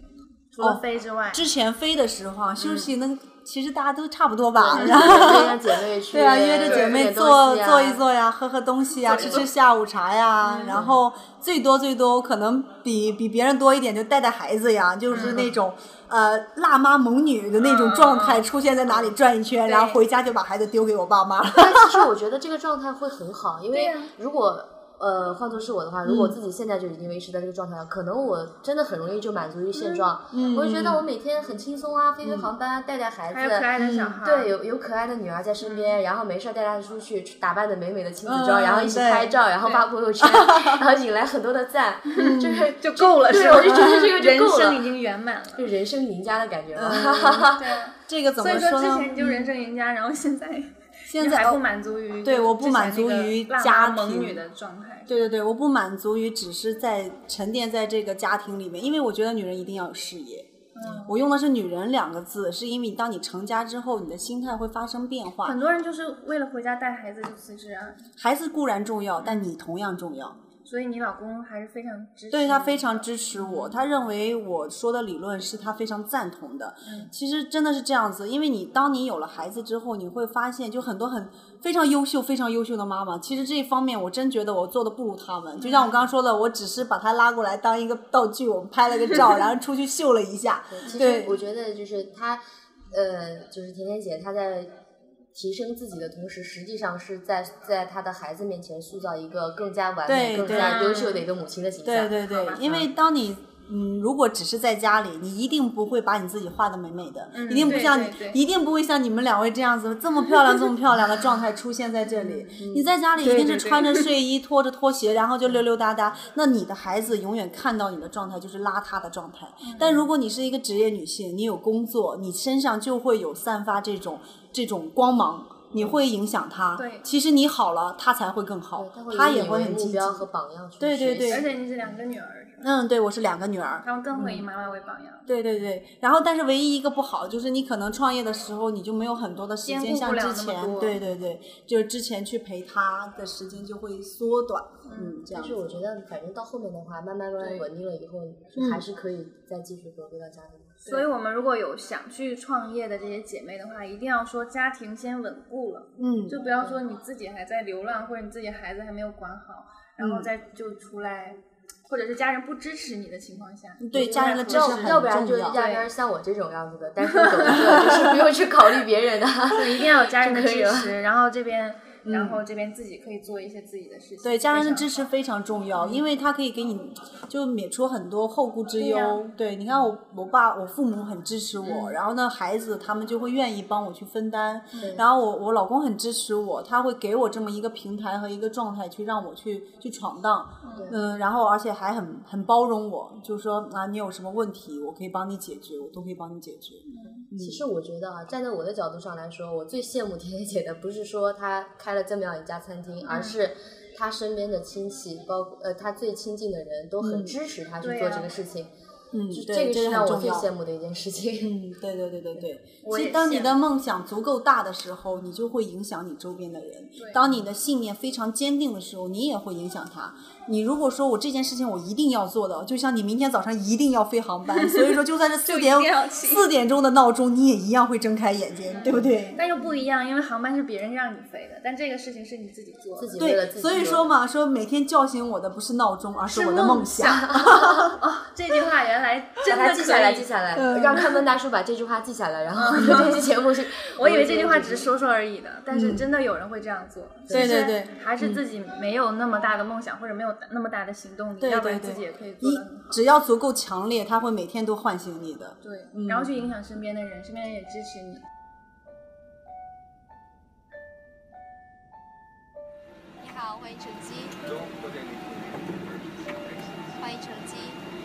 Speaker 2: 除了
Speaker 3: 哦
Speaker 2: 飞之外，
Speaker 3: 之前飞的时候啊，休息那、其实大家都差不多吧，
Speaker 1: 嗯
Speaker 3: 然后。
Speaker 1: 约着姐妹去，
Speaker 3: 对啊，约着姐妹坐
Speaker 1: 点东西啊
Speaker 3: 坐一，坐呀，喝喝东西呀，吃吃下午茶呀，
Speaker 2: 嗯
Speaker 3: 然后最多最多可能比比别人多一点，就带带孩子呀，就是
Speaker 2: 嗯
Speaker 3: 那种呃辣妈猛女的那种状态出现在哪里转一圈，
Speaker 2: 嗯对
Speaker 3: 然后回家就把孩子丢给我爸 妈。
Speaker 1: 但其实我觉得这个状态会很好，因
Speaker 2: 对
Speaker 1: 为
Speaker 2: 呀
Speaker 1: 如果。呃，换作是我的话，
Speaker 3: 嗯
Speaker 1: 如果我自己现在就已经维持在这个状态了，可能我真的很容易就满足于现状。
Speaker 3: 嗯
Speaker 1: 我就觉得我每天很轻松啊，飞飞航班，带带孩子，
Speaker 2: 还有可爱
Speaker 3: 嗯
Speaker 2: 的
Speaker 3: 啊
Speaker 2: 小孩儿，
Speaker 1: 对，有有可爱的女儿在身边，然后没事儿带她出去打扮的美美的亲子装，
Speaker 3: 嗯
Speaker 1: 然后一起
Speaker 3: 对嗯
Speaker 1: 拍照，然后发朋友 圈，然后引来很多的赞， 就是
Speaker 2: 就够了，
Speaker 1: 对
Speaker 2: 是吧？
Speaker 1: 我就觉得这个就
Speaker 2: 人
Speaker 1: 够了
Speaker 2: 生已经圆满了。
Speaker 1: 就人生赢家的感觉嘛。
Speaker 3: 嗯
Speaker 2: 对啊，
Speaker 3: 这个怎
Speaker 2: 所
Speaker 3: 么
Speaker 2: 以说之
Speaker 3: 呢？嗯
Speaker 2: 前你就人生赢家，然后现在
Speaker 3: 现
Speaker 2: 你
Speaker 3: 在哦
Speaker 2: 还不满足于
Speaker 3: 对
Speaker 2: 就
Speaker 3: 我不
Speaker 2: 之前
Speaker 3: 满足
Speaker 2: 那个
Speaker 3: 于
Speaker 2: 浪漫
Speaker 3: 家
Speaker 2: 猛
Speaker 3: 庭
Speaker 2: 女的状态，
Speaker 3: 对对对，我不满足于只是在沉淀在这个家庭里面，因为我觉得女人一定要有事业。
Speaker 2: 嗯
Speaker 3: 我用的是“女人”两个字，是因为当你成家之后，你的心态会发生变化。
Speaker 2: 很多人就是为了回家带孩子就辞职啊，
Speaker 3: 孩子固然重要，但你同样重要。
Speaker 2: 所以你老公还是非常支持。
Speaker 3: 对他非常支持我，他认为我说的理论是他非常赞同的。
Speaker 2: 嗯
Speaker 3: 其实真的是这样子，因为你当你有了孩子之后，你会发现，就很多很非常优秀、非常优秀的妈妈，其实这一方面我真觉得我做的不如他们。就像我刚刚说的，我只是把他拉过来当一个道具，我们拍了个 照，然后出去秀了一下。
Speaker 1: 对，其实
Speaker 3: 对
Speaker 1: 我觉得就是她，呃，就是甜甜姐她在提升自己的同时，实际上是在在她的孩子面前塑造一个更加完美、
Speaker 3: 对
Speaker 1: 更
Speaker 3: 对嗯
Speaker 1: 加优秀的一个母亲的形象。
Speaker 3: 对对 对
Speaker 2: 好吧，
Speaker 3: 因为当你嗯，如果只是在家里，你一定不会把你自己画的美美的，
Speaker 2: 嗯
Speaker 3: 一定不
Speaker 2: 对
Speaker 3: 像
Speaker 2: 对
Speaker 3: 你
Speaker 2: 对
Speaker 3: 一定不会像你们两位这样子这么漂亮、这么漂亮的状态出现在这里。你在家里一
Speaker 2: 对
Speaker 3: 定
Speaker 2: 对
Speaker 3: 是
Speaker 2: 对
Speaker 3: 穿着睡衣、拖着拖鞋，然后就溜溜达达。那你的孩子永远看到你的状态就是邋遢的状态。但如果你是一个职业女性，你有工作，你身上就会有散发这种这种光芒。你会影响他，
Speaker 2: 对
Speaker 3: 其实你好了，他才会更好
Speaker 1: 对，她会，
Speaker 3: 他
Speaker 1: 以
Speaker 3: 也
Speaker 1: 你
Speaker 3: 会
Speaker 1: 为
Speaker 3: 很积
Speaker 1: 目
Speaker 3: 极。
Speaker 1: 标和榜样去
Speaker 3: 对对
Speaker 1: 学习
Speaker 3: 对
Speaker 2: 而且你是两个女儿，是吧
Speaker 3: 嗯，对我是两个女儿，
Speaker 2: 他们更
Speaker 3: 嗯
Speaker 2: 会以妈妈为榜样，
Speaker 3: 对对对，然后但是唯一一个不好就是你可能创业的时候你就没有很多的时
Speaker 2: 兼
Speaker 3: 间，
Speaker 2: 顾不
Speaker 3: 像
Speaker 2: 了
Speaker 3: 之
Speaker 2: 那么多
Speaker 3: 前，对对对，就是之前去陪他的时间就会缩短，嗯，这
Speaker 1: 但
Speaker 3: 样子。
Speaker 1: 是我觉得，反正到后面的话，慢慢慢慢
Speaker 2: 对
Speaker 1: 稳定了以后，就还是可以再继续回归到家里。
Speaker 2: 所以我们如果有想去创业的这些姐妹的话，一定要说家庭先稳固了，
Speaker 3: 嗯，
Speaker 2: 就不要说你自己还在流浪，或者你自己孩子还没有管好，然后
Speaker 3: 嗯
Speaker 2: 再就出来，或者是家人不支持你的情况下，
Speaker 3: 对
Speaker 2: 就
Speaker 3: 家人
Speaker 2: 来
Speaker 3: 的
Speaker 2: 合
Speaker 3: 支持
Speaker 2: 适
Speaker 3: 很
Speaker 1: 要不然就
Speaker 3: 重要
Speaker 1: 压根儿像我这种样子的，但是懂得就是不用去考虑别人的。
Speaker 2: 对，一定要有家人的
Speaker 1: 就可以
Speaker 2: 支
Speaker 1: 了
Speaker 2: 持，然后这边，
Speaker 3: 哦嗯
Speaker 2: 然后这边自己可以做一些自己的事情。
Speaker 3: 对家人的支持
Speaker 2: 非
Speaker 3: 非常重要，因
Speaker 1: 嗯
Speaker 3: 为他可以给你就免除很多后顾之
Speaker 2: 对呀
Speaker 3: 忧。对，你看我我爸我父母很支持
Speaker 1: 嗯
Speaker 3: 我，然后呢孩子他们就会愿意帮我去分担，
Speaker 1: 对
Speaker 3: 然后我我老公很支持我，他会给我这么一个平台和一个状态去让我去去闯荡，
Speaker 1: 对
Speaker 3: 嗯，然后而且还很很包容我，就说啊你有什么问题我可以帮你解决，我都可以帮你解决。
Speaker 1: 其实我觉得啊，站在我的角度上来说，我最羡慕甜甜姐的不是说她开了这么样一家餐厅，而是她身边的亲戚，包括呃她最亲近的人都很
Speaker 3: 嗯
Speaker 1: 支持她去
Speaker 2: 对
Speaker 1: 做
Speaker 2: 呀
Speaker 1: 这个事情，
Speaker 3: 嗯，
Speaker 1: 就
Speaker 3: 对
Speaker 1: 啊这个
Speaker 3: 这
Speaker 1: 是
Speaker 3: 个
Speaker 1: 让
Speaker 3: 很
Speaker 1: 我
Speaker 3: 重
Speaker 1: 最
Speaker 3: 要。
Speaker 1: 羡慕的一件事情。
Speaker 3: 嗯，对对对对对。
Speaker 2: 我
Speaker 3: 其
Speaker 2: 也
Speaker 3: 实当
Speaker 2: 羡
Speaker 3: 你
Speaker 2: 慕
Speaker 3: 的梦想足够大的时候，你就会影响你周边的人
Speaker 2: 对。
Speaker 3: 当你的信念非常坚定的时候，你也会影响他。你如果说我这件事情我一定要做的，就像你明天早上一定要飞航班，所以说就算是 四
Speaker 2: 一
Speaker 3: 点
Speaker 2: 定要嗯起
Speaker 3: 四点钟的闹钟，你也一样会睁开眼睛，对不对？
Speaker 2: 但又不一样，因为航班是别人让你飞的，但这个事情是你自己做的。
Speaker 1: 自己为了
Speaker 3: 对，
Speaker 1: 自己
Speaker 3: 所以
Speaker 1: 做
Speaker 3: 说嘛，说每天叫醒我的不是闹钟，而
Speaker 2: 是
Speaker 3: 我的
Speaker 2: 梦
Speaker 3: 梦 想。
Speaker 2: 哦，这句话原来真
Speaker 1: 把 它
Speaker 2: 的
Speaker 1: 记下来，
Speaker 2: 可以嗯
Speaker 1: 记下来，
Speaker 3: 嗯
Speaker 1: 让看门大叔把这句话记下来，然后这期节目是。
Speaker 2: 我以为这句话只是说说而已的，但是真的有人会这样做。
Speaker 3: 嗯对
Speaker 2: 其实
Speaker 3: 对对嗯
Speaker 2: 还是自己没有那么大的梦想，或者没有那么大的行动力，
Speaker 3: 对
Speaker 2: 要不然
Speaker 3: 对
Speaker 2: 自己
Speaker 3: 对
Speaker 2: 也可以，做
Speaker 3: 一
Speaker 2: 的很好。
Speaker 3: 只要足够强烈，他会每天都唤醒你的。
Speaker 2: 对，
Speaker 3: 嗯
Speaker 2: 然后去影响身边的人，身边人也支持你。
Speaker 5: 你好，欢迎乘机。欢迎乘机。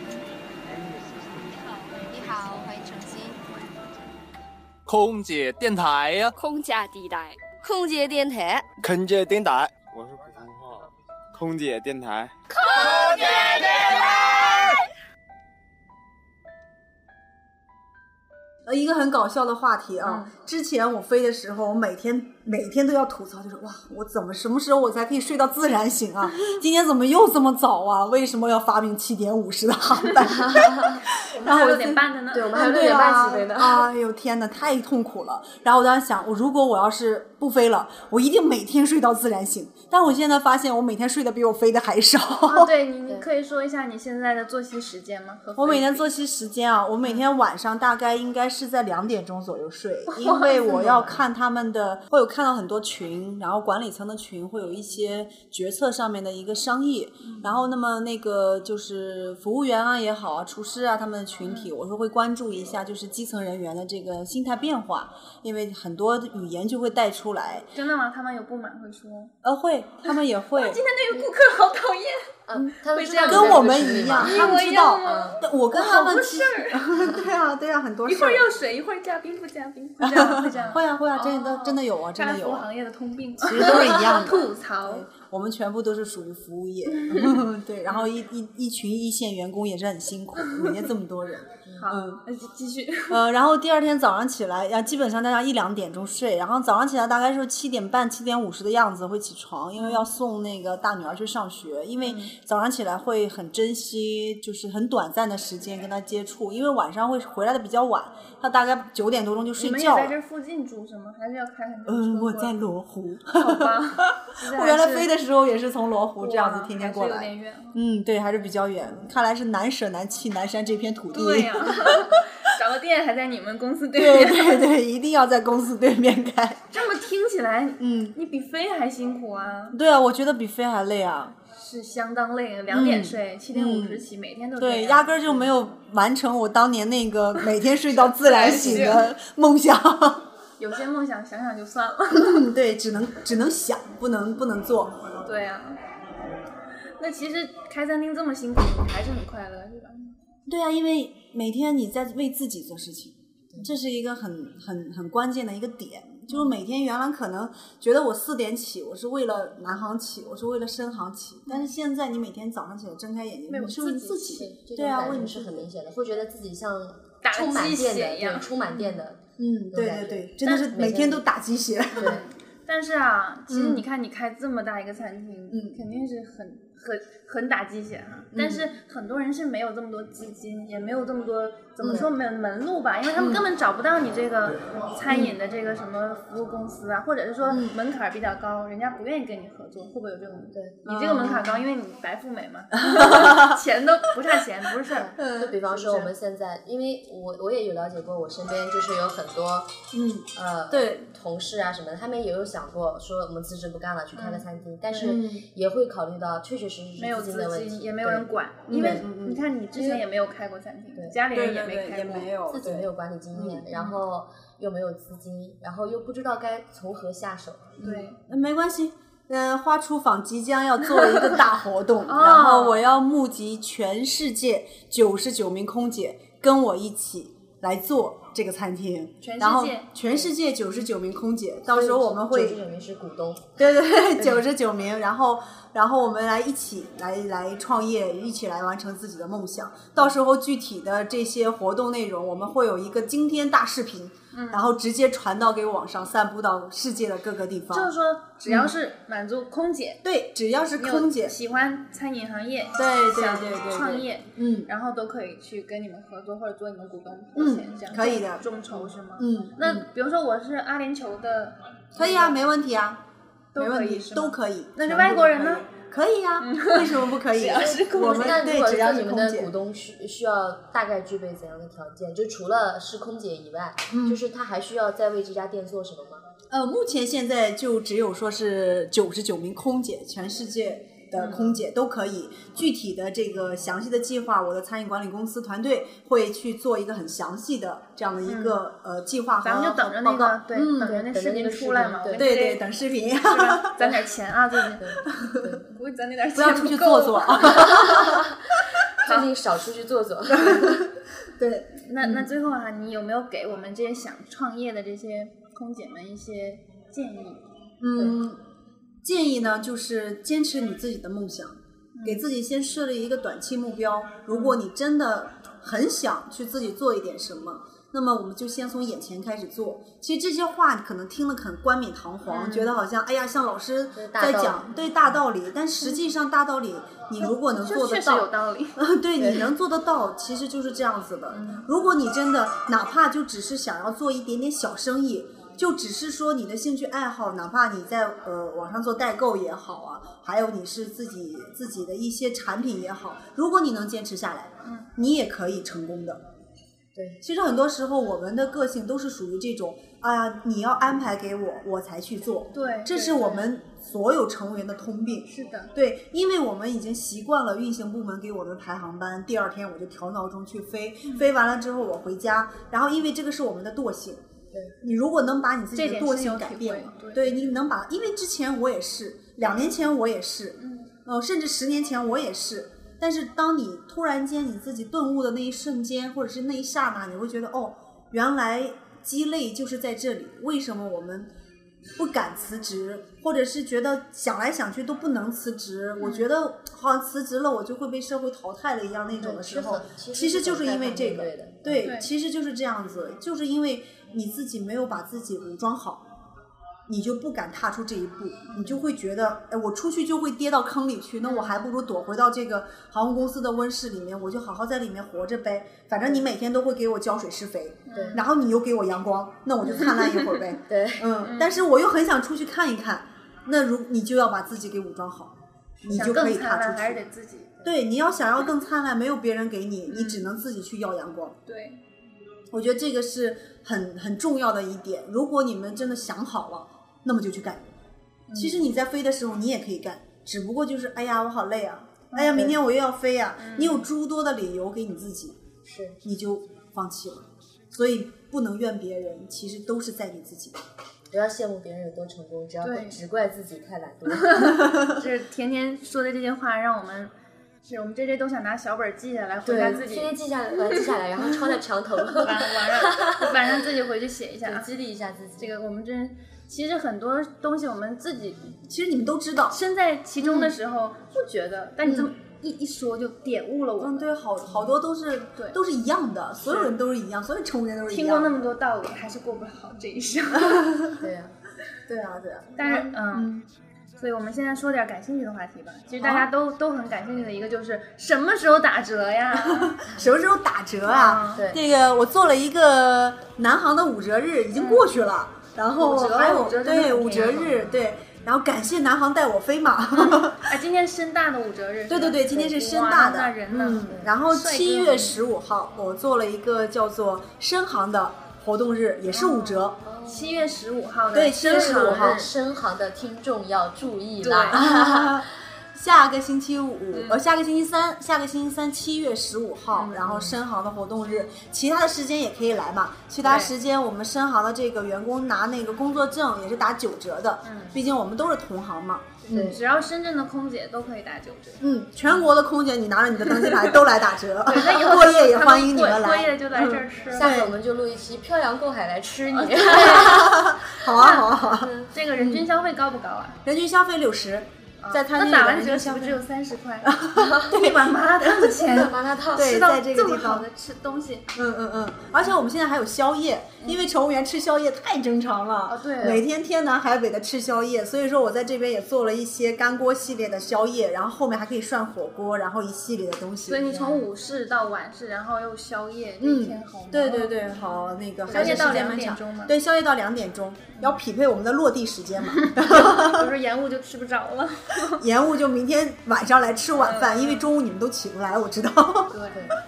Speaker 5: 你好，你好，欢迎乘机。
Speaker 6: 空姐电台呀、
Speaker 5: 空姐地带，空姐电台，
Speaker 7: 空姐电台，我是普通话，空姐电台。
Speaker 3: 呃，一个很搞笑的话题啊！
Speaker 1: 嗯
Speaker 3: 之前我飞的时候，我每天每天都要吐槽，就是哇，我怎么什么时候我才可以睡到自然醒啊？今天怎么又这么早啊？为什么要发明七点五十的航班？
Speaker 2: 我们
Speaker 3: 然
Speaker 2: 还有
Speaker 3: 后我
Speaker 2: 六
Speaker 3: 就
Speaker 2: 点半的呢，
Speaker 1: 对我们还有
Speaker 3: 嗯
Speaker 1: 六
Speaker 3: 对
Speaker 1: 点半
Speaker 3: 啊
Speaker 1: 起飞 呢，
Speaker 3: 哎呦天哪，太痛苦了。然后我当时想，我如果我要是不飞了，我一定每天睡到自然醒。但我现在发现，我每天睡得比我飞的还少。
Speaker 2: 啊，对你，你
Speaker 1: 对
Speaker 2: 可以说一下你现在的作息时间吗？和
Speaker 3: 我每天
Speaker 2: 飞比
Speaker 3: 作息时间啊，我
Speaker 2: 嗯
Speaker 3: 每天晚上大概应该是在两点钟左 右睡，因为我要看他们的，会有看到很多群，然后管理层的群会有一些决策上面的一个商议，
Speaker 2: 嗯
Speaker 3: 然后那么那个就是服务员啊也好啊，厨师啊他们的群
Speaker 2: 嗯
Speaker 3: 体，我是会关注一下就是基层人员的这个心态变化，因为很多语言就会带出来，
Speaker 2: 真的吗？他们有不满会说，
Speaker 3: 呃会，他们也会
Speaker 2: 今天那个顾客好讨厌，
Speaker 1: 嗯，他们
Speaker 2: 会
Speaker 1: 知
Speaker 2: 这
Speaker 1: 道
Speaker 2: 样
Speaker 1: 你
Speaker 3: 跟
Speaker 1: 在
Speaker 3: 我
Speaker 1: 这个
Speaker 3: 们
Speaker 1: 群里
Speaker 3: 一
Speaker 1: 吗
Speaker 3: 样，他
Speaker 2: 一模
Speaker 3: 们
Speaker 2: 一
Speaker 3: 知
Speaker 2: 样
Speaker 3: 道
Speaker 2: 吗，
Speaker 3: 但我跟他
Speaker 2: 好
Speaker 3: 们
Speaker 2: 多
Speaker 3: 其
Speaker 2: 事
Speaker 3: 实
Speaker 2: 儿，
Speaker 3: 对啊对啊很多
Speaker 2: 一
Speaker 3: 事
Speaker 2: 会儿
Speaker 3: 儿。
Speaker 2: 要水，一会儿加冰不加冰，会这样会这样。
Speaker 3: 会啊会啊，真的、
Speaker 2: 哦
Speaker 3: 真的有啊，真
Speaker 2: 战
Speaker 3: 的有
Speaker 2: 服
Speaker 3: 啊
Speaker 2: 行，业的通病，
Speaker 3: 其实都是一样 的。
Speaker 2: 吐槽
Speaker 3: 对，我们全部都是属于 服务业，对，然后一一一群一线员工也是很辛苦，每天这么多人，
Speaker 2: 好
Speaker 3: 嗯，
Speaker 2: 那就继续。
Speaker 3: 呃，然后第二天早上起来，呀，基本上大家一两点钟睡，然后早上起来大概是七点半、七点五十的样子会起床，因为要送那个大女儿去上学。因为
Speaker 2: 嗯
Speaker 3: 早上起来会很珍惜，就是很短暂的时间跟她接触，因为晚上会回来的比较晚，她大概九点多钟就
Speaker 2: 你
Speaker 3: 睡
Speaker 2: 们也
Speaker 3: 觉
Speaker 2: 在
Speaker 3: 了。
Speaker 2: 这附近住是吗？还是要开很久的车
Speaker 3: 嗯，
Speaker 2: 过
Speaker 3: 我
Speaker 2: 来？
Speaker 3: 在罗湖，
Speaker 2: 好 吧，
Speaker 3: 我原来飞的时候也是从罗湖这样子天天过
Speaker 2: 哇还是有
Speaker 3: 来。
Speaker 2: 点远。
Speaker 3: 嗯，对，还是比较远，看来是难舍难弃南山这片土地。
Speaker 2: 对呀、 找个店还在你们公司对
Speaker 3: 对
Speaker 2: 面。
Speaker 3: 对对，一定要在公司对面开。
Speaker 2: 这么听起来，
Speaker 3: 嗯，
Speaker 2: 你比飞还辛苦啊，
Speaker 3: 对啊，我觉得比飞还累啊。
Speaker 2: 是相当累啊。两点
Speaker 3: 嗯
Speaker 2: 睡，七点五十起，每天都这
Speaker 3: 对，
Speaker 2: 样
Speaker 3: 压根儿就没有完成我当年那个每天睡到自然醒的梦想。
Speaker 2: 有些梦想想想就算了。
Speaker 3: 嗯对，只能只能想，不能不能做。
Speaker 2: 对啊，那其实开餐厅这么辛苦，你还是很快乐，是吧？
Speaker 3: 对啊，因为每天你在为自己做事情，这是一个很很很关键的一个点。就是每天原来可能觉得我四点起，我是为了南航起，我是为了深航起，但是现在你每天早上起来睁开眼睛，
Speaker 2: 为我
Speaker 3: 你是为
Speaker 2: 自己
Speaker 3: 自
Speaker 1: 是
Speaker 3: 己，
Speaker 1: 这
Speaker 3: 对
Speaker 1: 种
Speaker 3: 啊，为
Speaker 1: 感觉
Speaker 3: 你
Speaker 1: 是
Speaker 3: 自
Speaker 1: 很
Speaker 3: 己
Speaker 1: 明显的，会觉得自己像
Speaker 2: 打
Speaker 1: 充
Speaker 2: 鸡
Speaker 1: 满电
Speaker 2: 血
Speaker 1: 的，
Speaker 2: 一样
Speaker 1: 对，。充满电的。
Speaker 3: 嗯，对对对，真的是
Speaker 1: 但
Speaker 3: 每天都打鸡血。
Speaker 2: 嗯
Speaker 1: 对，
Speaker 2: 但是啊，其实
Speaker 3: 嗯
Speaker 2: 你看，你开这么大一个餐厅，
Speaker 3: 嗯
Speaker 2: 肯定是很很很打鸡血啊。但是很多人是没有这么多资金，也没有这么多怎么说门门路吧，因为他们
Speaker 3: 嗯
Speaker 2: 根本找不到你这个餐饮的这个什么服务公司啊，或者是说
Speaker 3: 嗯
Speaker 2: 门槛比较高，人家不愿意跟你合作，会不会有这种？
Speaker 1: 对
Speaker 2: 你这个门槛高，
Speaker 3: 嗯
Speaker 2: 因为你白富美 嘛， 钱都不差钱，不是事
Speaker 3: 嗯
Speaker 2: 儿。
Speaker 1: 就比方说我
Speaker 2: 是不是
Speaker 1: 们现在，因为我我也有了解过，我身边就是有很多
Speaker 3: 嗯，
Speaker 1: 呃
Speaker 3: 对，
Speaker 1: 同事啊什么的，他们也有想过说我们辞职不干了，去开个餐厅，但是
Speaker 3: 嗯
Speaker 1: 也会考虑到确确实实
Speaker 2: 没有
Speaker 1: 是
Speaker 2: 资
Speaker 1: 的问
Speaker 2: 金，
Speaker 1: 题，
Speaker 2: 也没有人
Speaker 1: 对
Speaker 2: 管，
Speaker 3: 嗯
Speaker 2: 因为
Speaker 3: 嗯嗯
Speaker 2: 你看你之前也没有开过餐厅，
Speaker 1: 对
Speaker 2: 家里人
Speaker 3: 对
Speaker 2: 也
Speaker 3: 对对
Speaker 2: 开
Speaker 3: 也
Speaker 2: 过，
Speaker 3: 没有
Speaker 1: 自己
Speaker 3: 对嗯
Speaker 1: 没有管理经验，然后又没有资金，然后又不知道该从何下手，
Speaker 2: 对。
Speaker 3: 呃没关系。嗯，花厨坊即将要做一个 大活动，
Speaker 2: 哦
Speaker 3: 然后我要募集全世界九十九名空姐跟我一起来做这个餐厅。
Speaker 2: 全世界嗯
Speaker 3: 然后全世界九十九名空姐，到时候我们
Speaker 1: 九十
Speaker 3: 会
Speaker 1: 九名是股东，
Speaker 3: 对对 对九十九名，然后然后我们来一起来来创业，一起来完成自己的梦想。到时候具体的这些活动内容，我们会有一个惊天大视频，
Speaker 2: 嗯
Speaker 3: 然后直接传到给网上，散布到世界的各个地方。
Speaker 2: 就是说，只要是满足空姐，
Speaker 3: 对，只要是嗯空
Speaker 2: 你有
Speaker 3: 姐，
Speaker 2: 喜欢餐饮行业，
Speaker 3: 对对
Speaker 2: 想
Speaker 3: 对对对
Speaker 2: 创业，
Speaker 3: 嗯
Speaker 2: 然后都可以去跟你们合作或者做你们股东投
Speaker 3: 嗯
Speaker 2: 钱，这样
Speaker 3: 可以的
Speaker 2: 众筹是吗？
Speaker 3: 嗯，
Speaker 2: 那比如说我是阿联酋的，
Speaker 3: 可以啊，没问题啊，
Speaker 2: 都
Speaker 3: 没
Speaker 2: 可
Speaker 3: 问
Speaker 2: 以
Speaker 3: 题，
Speaker 2: 是
Speaker 3: 都
Speaker 2: 吗？
Speaker 3: 可以。
Speaker 2: 那是
Speaker 3: 全部
Speaker 2: 外国人
Speaker 3: 都可以
Speaker 2: 呢？嗯
Speaker 3: 可以啊，为什么 不可以？我们
Speaker 1: 那如
Speaker 3: 对
Speaker 1: 果
Speaker 3: 只要
Speaker 1: 说
Speaker 3: 是
Speaker 1: 你们
Speaker 3: 空
Speaker 1: 的
Speaker 3: 姐
Speaker 1: 股，东需需要大概具备怎样的条件？就除了是空姐以外，
Speaker 3: 嗯
Speaker 1: 就是他还需要再为这家店做什么吗？
Speaker 3: 呃，目前现在就只有说是九十九名空姐，全世界。的空姐都可以，具体的这个详细的计划，我的餐饮管理公司团队会去做一个很详细的这样的一个、呃计划和
Speaker 2: 嗯咱们就等着那
Speaker 3: 报告
Speaker 2: 个，对，
Speaker 3: 嗯
Speaker 2: 等着那
Speaker 1: 等着
Speaker 2: 视
Speaker 1: 那
Speaker 2: 频
Speaker 1: 个
Speaker 2: 出
Speaker 1: 视
Speaker 2: 来
Speaker 1: 频
Speaker 2: 嘛，
Speaker 1: 对
Speaker 2: 我跟
Speaker 3: 对
Speaker 2: 你
Speaker 3: 对，
Speaker 2: 这
Speaker 3: 等视频，
Speaker 2: 是 吧？攒点钱啊，最近，估计攒那点钱
Speaker 3: 不要出去
Speaker 2: 够
Speaker 3: 做做
Speaker 2: 了。
Speaker 3: 啊。
Speaker 1: 最近少出去坐 坐。
Speaker 3: 对，
Speaker 2: 那那最后啊，你有没有给我们这些想创业的这些空姐们一些建议？
Speaker 3: 嗯，建议呢就是坚持你自己的梦想，
Speaker 1: 嗯
Speaker 3: 给自己先设立一个短期目标。如果你真的很想去自己做一点什么。那么我们就先从眼前开始做。其实这些话你可能听了很冠冕堂皇，
Speaker 2: 嗯
Speaker 3: 觉得好像哎呀，像老师
Speaker 1: 就是大
Speaker 3: 在
Speaker 1: 道理嗯
Speaker 3: 讲对大道理，但实际上大道理你如果能
Speaker 2: 这
Speaker 3: 做
Speaker 2: 确
Speaker 3: 得
Speaker 2: 实有
Speaker 3: 到，
Speaker 2: 道 理。
Speaker 3: 啊，对，你能做得到，其实就是这样子的。如果你真的哪怕就只是想要做一点点小生意，就只是说你的兴趣爱好，哪怕你在呃网上做代购也好啊，还有你是自己自己的一些产品也好，如果你能坚持下来，
Speaker 2: 嗯
Speaker 3: 你也可以成功的。
Speaker 1: 对，
Speaker 3: 其实很多时候我们的个性都是属于这种，哎、呀，你要安排给我，我才去做，
Speaker 2: 对，
Speaker 3: 这
Speaker 2: 对
Speaker 3: 是我
Speaker 2: 对
Speaker 3: 们所有成员的通病。
Speaker 2: 是的，
Speaker 3: 对，因为我们已经习惯了运行部门给我们排航班，第二天我就调闹钟去飞，
Speaker 2: 嗯
Speaker 3: 飞完了之后我回家，然后因为这个是我们的惰性。
Speaker 1: 对，
Speaker 3: 你如果能把你自己
Speaker 2: 这
Speaker 3: 的
Speaker 2: 点
Speaker 3: 惰
Speaker 2: 深
Speaker 3: 性
Speaker 2: 有
Speaker 3: 改
Speaker 2: 体
Speaker 3: 变
Speaker 2: 会
Speaker 3: 了，
Speaker 2: 对
Speaker 3: 你能把，因为之前我也是，两年前我也是，
Speaker 2: 嗯，
Speaker 3: 呃，甚至十年前我也是。但是当你突然间你自己顿悟的那一瞬间，或者是那一刹那，你会觉得哦，原来鸡肋就是在这里。为什么我们不敢辞职，或者是觉得想来想去都不能辞职，我觉得好像辞职了我就会被社会淘汰了一样那种的时候，其实嗯就是因为这个，对，
Speaker 2: 对
Speaker 3: 其实就是这样子，就是因为你自己没有把自己武装好，你就不敢踏出这一步，你就会觉得，哎，我出去就会跌到坑里去，那我还不如躲回到这个航空公司的温室里面，我就好好在里面活着呗。反正你每天都会给我浇水施肥，
Speaker 1: 对
Speaker 3: 然后你又给我阳光，那我就灿烂一会儿呗。
Speaker 1: 对，
Speaker 3: 嗯，但是我又很想出去看一看，那如你就要把自己给武装好，你
Speaker 2: 想
Speaker 3: 就可
Speaker 2: 更
Speaker 3: 以
Speaker 2: 灿
Speaker 3: 踏
Speaker 2: 烂还
Speaker 3: 出
Speaker 2: 是
Speaker 3: 去
Speaker 2: 得。自己。
Speaker 3: 对，你要想要更灿烂，没有别人给你，你只能自己去要阳光。
Speaker 2: 对，
Speaker 3: 我觉得这个是很很重要的一点。如果你们真的想好了，那么就去干。
Speaker 2: 嗯
Speaker 3: 其实你在飞的时候，你也可以干，只不过就是哎呀，我好累啊，
Speaker 2: 嗯
Speaker 3: 哎呀，明天我又要飞啊，你有诸多的理由给你自己，
Speaker 1: 是
Speaker 3: 你就放弃了。所以不能怨别人，其实都是在你自己。
Speaker 1: 不要羡慕别人有多成功，只要
Speaker 2: 对
Speaker 1: 只怪自己太懒 惰。
Speaker 2: 就是甜甜说的这句话，让我们，是我们这些都想拿小本儿记下来，回家自己
Speaker 1: 天天记下来，把它记下来，然后抄在墙头，
Speaker 2: 晚晚 上晚上自己回去写一下
Speaker 1: 对
Speaker 2: 啊。
Speaker 1: 激励一下自己。
Speaker 2: 这个我们真其实很多东西我们自己
Speaker 3: 其实你们都知道，
Speaker 2: 身在其中的
Speaker 3: 嗯
Speaker 2: 时候不觉得，但你这么一一说就点悟了我
Speaker 3: 嗯，
Speaker 2: 们。
Speaker 3: 对，好好多都是
Speaker 2: 对
Speaker 3: 都是一样的，所有人都是一样，所有成人都是一
Speaker 2: 听过
Speaker 3: 样
Speaker 2: 那
Speaker 3: 的。
Speaker 2: 么多道理，还是过不了好这一 生。
Speaker 1: 对呀、
Speaker 3: 对啊，对啊，
Speaker 2: 但是，嗯，所以我们现在说点感兴趣的话题吧。其实
Speaker 3: 啊
Speaker 2: 大家都都很感兴趣的一个就是什么时候打折 呀？嗯
Speaker 3: 什么时候打折啊？
Speaker 1: 对
Speaker 3: 这个我做了一个南航的五折日，已经过去了，然后
Speaker 2: 嗯五折
Speaker 3: 还有
Speaker 2: 五折真的
Speaker 3: 对
Speaker 2: 很
Speaker 3: 五折
Speaker 2: 便宜
Speaker 3: 日对。然后感谢南航带我飞 嘛，
Speaker 2: 啊，今天深大的五折日是吧。
Speaker 3: 对对对，今天是深
Speaker 2: 哇
Speaker 3: 大
Speaker 2: 那
Speaker 3: 的，
Speaker 2: 人呢？
Speaker 3: 嗯，然后
Speaker 2: 帅哥
Speaker 3: 七月十五号我做了一个叫做深航的活动日，也
Speaker 2: 哦
Speaker 3: 是五折，
Speaker 2: 七月十五号的
Speaker 3: 对
Speaker 2: 深
Speaker 3: 7月
Speaker 2: 航
Speaker 3: 15号
Speaker 2: 日
Speaker 1: 深航的听众要注意
Speaker 2: 对
Speaker 1: 啦。
Speaker 3: 下个星期五，
Speaker 2: 嗯
Speaker 3: 呃，下个星期三，下个星期三七月十五号，然后深航的活动日，其他的时间也可以来嘛。其他
Speaker 2: 对
Speaker 3: 时间我们深航的这个员工拿那个工作证也是打九折的，
Speaker 2: 嗯
Speaker 3: 毕竟我们都是同行嘛。
Speaker 1: 对
Speaker 2: 只要深圳的空姐都可以打九折。
Speaker 3: 嗯，全国的空姐，你拿着你的登机牌都来打折，
Speaker 2: 对，那以后
Speaker 3: 过夜也
Speaker 2: 他
Speaker 3: 欢迎你
Speaker 2: 过
Speaker 3: 们
Speaker 2: 过
Speaker 3: 来。嗯
Speaker 2: 夜就来这儿吃。
Speaker 1: 下次我们就录一期《漂洋过海来吃你》
Speaker 2: 啊 嗯
Speaker 3: 好啊，好啊，好啊，
Speaker 2: 这个人均消费高不高啊？
Speaker 3: 人均消费六十，在他
Speaker 2: 嗯那
Speaker 3: 那
Speaker 2: 打
Speaker 3: 个
Speaker 2: 完
Speaker 3: 人
Speaker 2: 折
Speaker 3: 均
Speaker 2: 岂
Speaker 3: 消
Speaker 2: 不是只
Speaker 3: 费
Speaker 2: 有三十块？一碗麻辣烫的钱，
Speaker 1: 麻辣烫。
Speaker 3: 对
Speaker 2: 吃到
Speaker 3: 在这个
Speaker 2: 这么
Speaker 3: 地方
Speaker 2: 好的吃东西，
Speaker 3: 嗯嗯嗯，而且我们现在还有宵夜，因为乘务员吃宵夜太正常了。
Speaker 2: 哦嗯对
Speaker 3: 每天天南海北的吃宵夜，所以说我在这边也做了一些干锅系列的宵夜，然后后面还可以涮火锅，然后一系列的东西。
Speaker 2: 所以你从午市到晚市，然后又宵夜，这一
Speaker 3: 嗯
Speaker 2: 天好忙。
Speaker 3: 对对对，好，那个
Speaker 2: 宵夜到
Speaker 3: 还是时间
Speaker 2: 两
Speaker 3: 漫
Speaker 2: 点
Speaker 3: 长
Speaker 2: 钟吗
Speaker 3: 对，宵夜到两点钟，要匹配我们的落地 时间嘛，
Speaker 2: 有时候延误就吃不着了。
Speaker 3: 延误就明天晚上来吃晚
Speaker 2: 嗯
Speaker 3: 饭，因为中午你们都起不来，我知道。
Speaker 2: 对。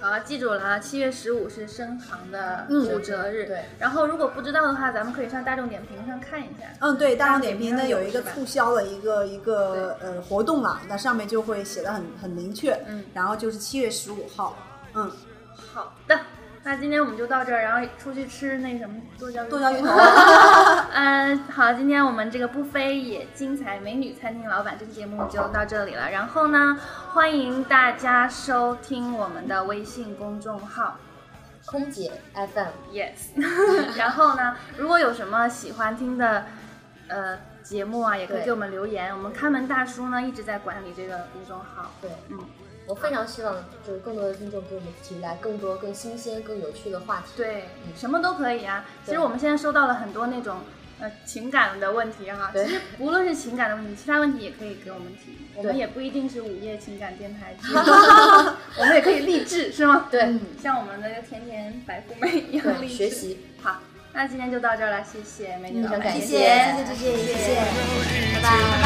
Speaker 2: 好，记住了啊！七月十五是深航的
Speaker 3: 嗯
Speaker 2: 五折日、
Speaker 1: 对。
Speaker 2: 然后如果不知道的话，咱们可以上大众点评上看一下。
Speaker 3: 嗯，对，大
Speaker 2: 大
Speaker 3: 众
Speaker 2: 众
Speaker 3: 点
Speaker 2: 点
Speaker 3: 评呢
Speaker 2: 评上
Speaker 3: 有
Speaker 2: 有
Speaker 3: 一个
Speaker 2: 是吧
Speaker 3: 促销的一个一个呃活动啦，那上面就会写的很很明确，
Speaker 2: 嗯
Speaker 3: 然后就是七月十五号，嗯，
Speaker 2: 好的，那今天我们就到这儿，然后出去吃那什么剁椒
Speaker 3: 剁椒鱼头，
Speaker 2: 嗯，好，今天我们这个不菲也精彩美女餐厅老板这期节目就到这里了。然后呢，欢迎大家收听我们的微信公众号
Speaker 1: 空姐 FM，
Speaker 2: Yes。然 后呢，如果有什么喜欢听的呃节目啊，也可以
Speaker 1: 对
Speaker 2: 给我们留言。我们看门大叔呢一直在管理这个公众号。
Speaker 1: 对，
Speaker 2: 嗯，
Speaker 1: 我非常希望就是更多的听众给我们提来更多更新鲜、更有趣的话题。
Speaker 2: 对，
Speaker 1: 嗯
Speaker 2: 什么都可以啊。其实
Speaker 1: 对
Speaker 2: 我们现在收到了很多那种呃情感的问题哈，
Speaker 1: 对
Speaker 2: 其实无论是情感的问题，其他问题也可以给我们提，我们
Speaker 1: 对
Speaker 2: 也不一定是午夜情感电台， 我们也可以励志，是吗？
Speaker 1: 对
Speaker 2: 嗯像我们的甜甜白富美一样励
Speaker 1: 对，
Speaker 2: 志
Speaker 1: 学。习。
Speaker 2: 好，那今天就到这儿了，谢谢美女
Speaker 1: 嗯
Speaker 2: 老板，
Speaker 1: 感
Speaker 3: 谢
Speaker 1: 谢
Speaker 3: 谢谢谢谢谢。
Speaker 5: 拜拜。